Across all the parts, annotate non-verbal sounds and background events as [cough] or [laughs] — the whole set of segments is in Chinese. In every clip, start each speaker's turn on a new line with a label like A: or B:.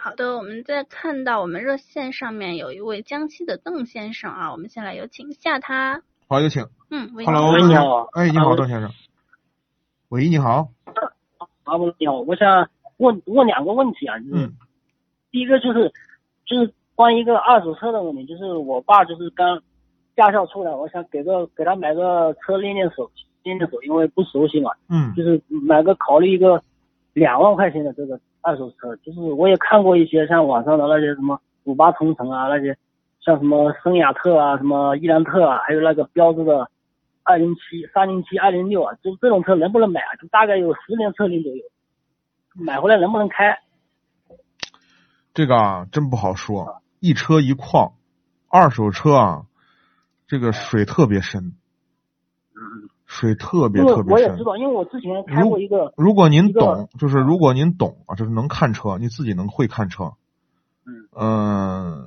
A: 好的，我们再看到我们热线上面有一位江西的邓先生啊，我们先来有请一下他。
B: 好，有请。
A: 嗯，喂
B: Hello，
C: 喂你哦啊好
B: 哎，你好，邓先生。喂，你好。
C: 啊，我你好，我想问问两个问题啊，就是、
B: 嗯
C: 第一个就是就是关于一个二手车的问题，就是我爸就是刚驾校出来，我想给个给他买个车练练手，练练手，因为不熟悉嘛，
B: 嗯
C: 就是买个考虑一个两万块钱的这个二手车，就是我也看过一些像网上的那些什么五八同城啊，那些像什么森雅特啊、什么伊兰特啊，还有那个标致的二零七、三零七、二零六啊，就这种车能不能买啊？就大概有十年车龄左右，买回来能不能开？
B: 这个啊，真不好说，一车一况，二手车啊，这个水特别深，
C: 嗯，
B: 水特别
C: 因为
B: 特
C: 我
B: 别嗯
C: 也
B: 深
C: 知。道，因为我之前开过一个，
B: 如果您
C: 一个
B: 懂，就是如果您懂啊，就是能看车，你自己能会看车，
C: 嗯，
B: 嗯，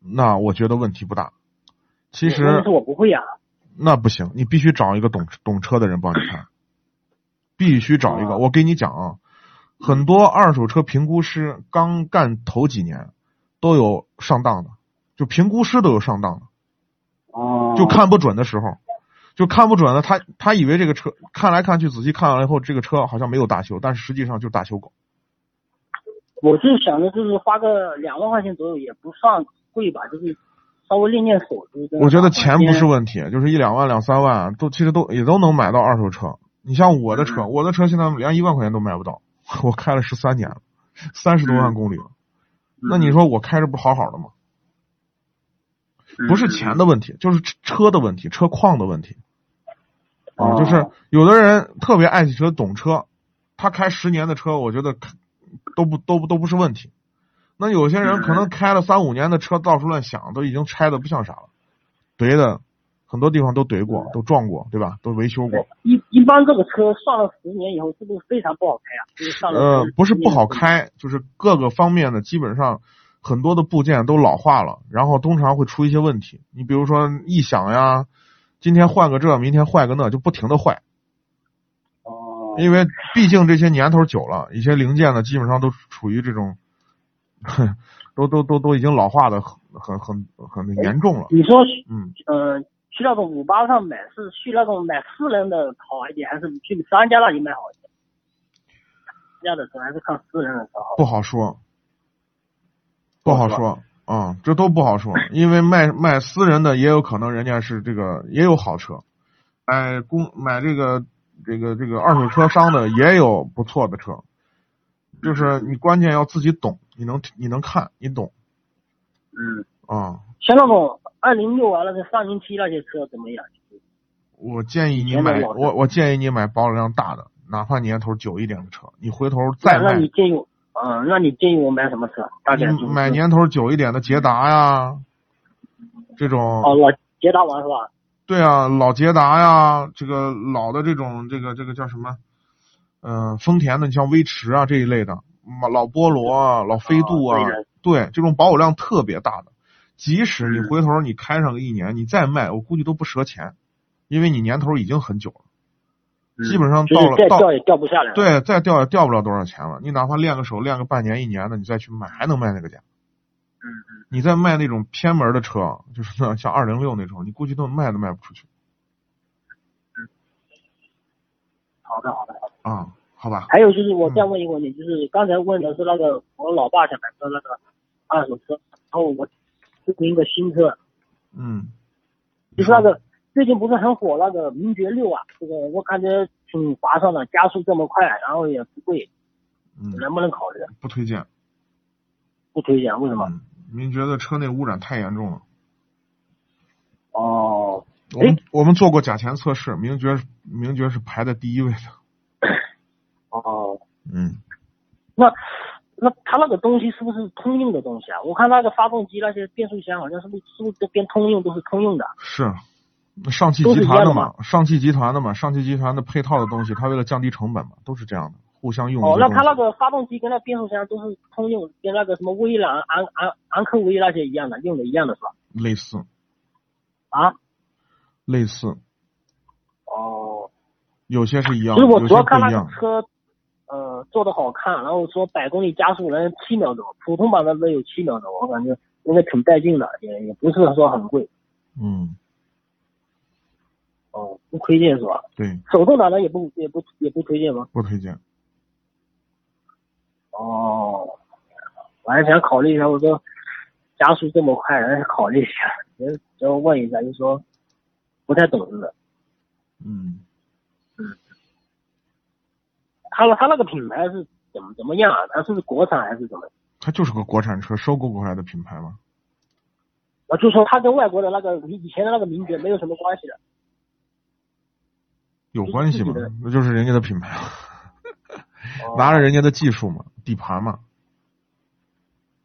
B: 那我觉得问题不大。其
C: 问
B: 实
C: 题是我不会呀、啊。
B: 那不行，你必须找一个懂懂车的人帮你看，必须找一个。
C: 啊
B: 我给你讲啊，很多二手车评估师刚干头几年都有上当的，就评估师都有上当的。
C: 哦
B: 就看不准的时候，就看不准了。他他以为这个车看来看去，仔细看完以后，这个车好像没有大修，但是实际上就是大修狗。
C: 我就想着就是花个两万块钱左右也不算贵吧，就是稍微练练手。就是这样
B: 我觉得钱不是问题，就是一两万、两三万都其实都也都能买到二手车。你像我的车，
C: 嗯
B: 我的车现在连一万块钱都买不到， [laughs] 我开了十三年了，三十多万公里了。那你说我开着不好好的吗？不是钱的问题，就是车车的问题，车况的问题。啊，
C: 哦
B: 就是有的人特别爱汽车，懂车，他开十年的车，我觉得开都不都不都不是问题。那有些人可能开了三五年的车，到处乱想，都已经拆的不像啥了，怼的很多地方都怼过，都撞过，对吧？都维修过。
C: 一一般这个车上了十年以后，是不是非常不好开啊？就是上了
B: 呃
C: 十年，
B: 不是不好，开，就是各个方面的基本上很多的部件都老化了，然后通常会出一些问题。你比如说异响呀，今天换个这，明天换个那，就不停的坏。
C: 哦，
B: 因为毕竟这些年头久了，一些零件呢，基本上都处于这种， [laughs] 哼都都都都已经老化的很很很很严重了。
C: 你说
B: 嗯，
C: 呃，去那种五八上买是去那种买私人的好一点，还是去商家那里买好一点？商家的车还是看私人的车好？
B: 不好说，不好说啊、这都不好说，因为卖卖私人的也有可能人家是这个也有好车，买公买这个这个这个二手车商的也有不错的车，就是你关键要自己懂，你能你能看，你懂
C: 嗯，
B: 啊。
C: 像那种二零六啊，那个三零七那些车怎么样？
B: 我建议你
C: 原来
B: 买，
C: 老的
B: 我我建议你买保有量大的，哪怕年头久一点的车，你回头再
C: 那
B: 卖，
C: 你建议我，嗯，那你建议我买什么车？大概就是
B: 你买年头久一点的捷达呀，这种、
C: 哦，老捷达王是吧？
B: 对啊，老捷达呀，这个老的这种这个这个叫什么？嗯、丰田的，你像威驰啊这一类的，嗯老波罗啊，老飞度啊，
C: 啊对的
B: 对，这种保有量特别大的，即使你
C: 嗯
B: 回头你开上个一年，你再卖，我估计都不折钱，因为你年头已经很久了。基本上
C: 嗯就
B: 到
C: 是
B: 了
C: 再
B: 到
C: 掉也掉不下来了。
B: 对，再掉也掉不了多少钱了。你哪怕练个手，练个半年一年的，你再去卖，还能卖那个价。
C: 嗯
B: 嗯。你再卖那种偏门的车，就是那像二零六那种，你估计都卖都卖不出去
C: 好的，好的，好的。
B: 啊，好吧？
C: 还有就是我再问一个问题，就是刚才问的是那个我老爸想买的那个二手车，然后我订一个新车，
B: 嗯。
C: 就是那个最近不是很火那个名爵六啊，这个我感觉挺划算的，加速这么快，然后也不贵，
B: 嗯，
C: 能不能考虑？
B: 不推荐。
C: 不推荐，为什么？
B: 嗯，您觉得车内污染太严重了？
C: 哦，
B: 我们我们做过甲醛测试，名爵名爵是排在第一位的。
C: 哦，
B: 嗯，
C: 那那它那个东西是不是通用的东西啊？我看那个发动机那些变速箱好像是不是是不是都变通用都是通用的？
B: 是。那上汽
C: 都
B: 集
C: 是一
B: 团
C: 样
B: 的
C: 的
B: 嘛，上汽集团的嘛，上汽集团的配套的东西，它为了降低成本嘛，都是这样的，互相用一
C: 哦，
B: 些
C: 那
B: 东
C: 它
B: 西
C: 那个发动机跟那变速箱都是通用，跟那个什么威朗、昂昂昂科威那些一样的，用的一样的是吧？
B: 类似
C: 啊？
B: 类似，
C: 哦，
B: 有些是一样，
C: 就是我
B: 有
C: 主
B: 些
C: 要看
B: 哦不
C: 那
B: 一
C: 个
B: 样。
C: 车，呃，的，做的好看，然后说百公里加速能七秒多，普通版的都有七秒多，我感觉应该挺带劲的，也也不是说很贵。
B: 嗯，
C: 哦，不推荐是吧？
B: 对，
C: 手动挡的也不也不也不推荐吗？
B: 不推荐。
C: 哦，我还想考虑一下，我说加速这么快，然后考虑一下， [laughs] 然后然后问一下，就说不太懂似的。
B: 嗯，
C: 他那他那个品牌是怎么怎么样啊？他是国产还是怎么？
B: 它就是个国产车收购过来的品牌嘛。
C: 我就说他跟外国的那个以以前的那个名字没有什么关系的。
B: 有关系吗
C: 就是自己的？
B: 那就是人家的品牌嘛，
C: 哦
B: 拿着人家的技术嘛，底盘嘛，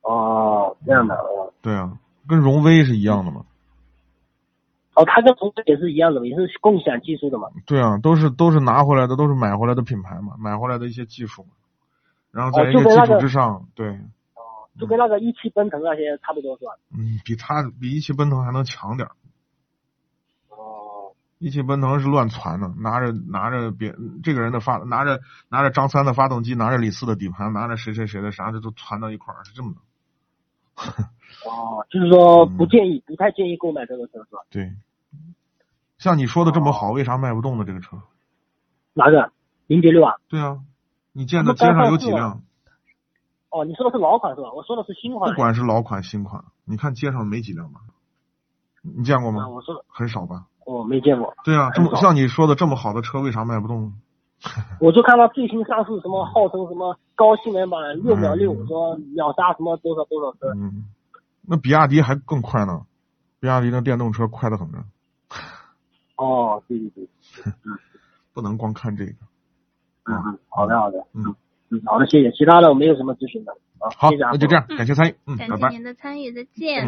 C: 哦，这样的哦，
B: 对啊，跟荣威是一样的嘛，
C: 哦，他跟同志也是一样的，也是共享技术的嘛。
B: 对啊，都是都是拿回来的，都是买回来的品牌嘛，买回来的一些技术嘛，然后在
C: 哦
B: 一
C: 就
B: 个
C: 跟
B: 基
C: 那
B: 础
C: 个
B: 之上，对，
C: 就跟那个一汽奔腾那些差不多是吧？
B: 嗯，比它比一汽奔腾还能强点儿，
C: 哦，
B: 一汽奔腾是乱传的，拿着拿着别这个人的发，拿着拿着张三的发动机，拿着李四的底盘，拿着谁谁谁的啥的都传到一块儿，是这么的，
C: 哦，就是说
B: 嗯
C: 不建议，不太建议购买这个车是吧？
B: 对。像你说的这么好，为啥卖不动呢？这个车？
C: 哪个？零九六啊？
B: 对啊，你见到
C: 那么
B: 街
C: 该
B: 上
C: 上
B: 有
C: 市
B: 几
C: 了
B: 辆？
C: 哦，你说的是老款是吧？我说的是新款
B: 不。管是老款新款，你看街上没几辆吧？你见过
C: 啊，
B: 吗？
C: 我说的
B: 很少吧？
C: 我没见过，
B: 对啊，这么
C: 很少
B: 像你说的这么好的车，为啥卖不动呢？
C: 我就看到最新上市什么号称什么高性能版六秒六，说秒杀什么多少多少车。
B: 嗯，那比亚迪还更快呢，比亚迪的电动车快得很呢，
C: 哦，对对对，
B: 不能光看这个。
C: 嗯嗯，好的好的，
B: 嗯
C: 嗯好的，谢谢，其他的我没有什么咨询的，啊，
B: 好，
C: 谢谢啊
B: 那就这样，
A: 嗯
B: 感谢参与，嗯，拜
A: 感
B: 拜
A: 谢。您的参与，再见。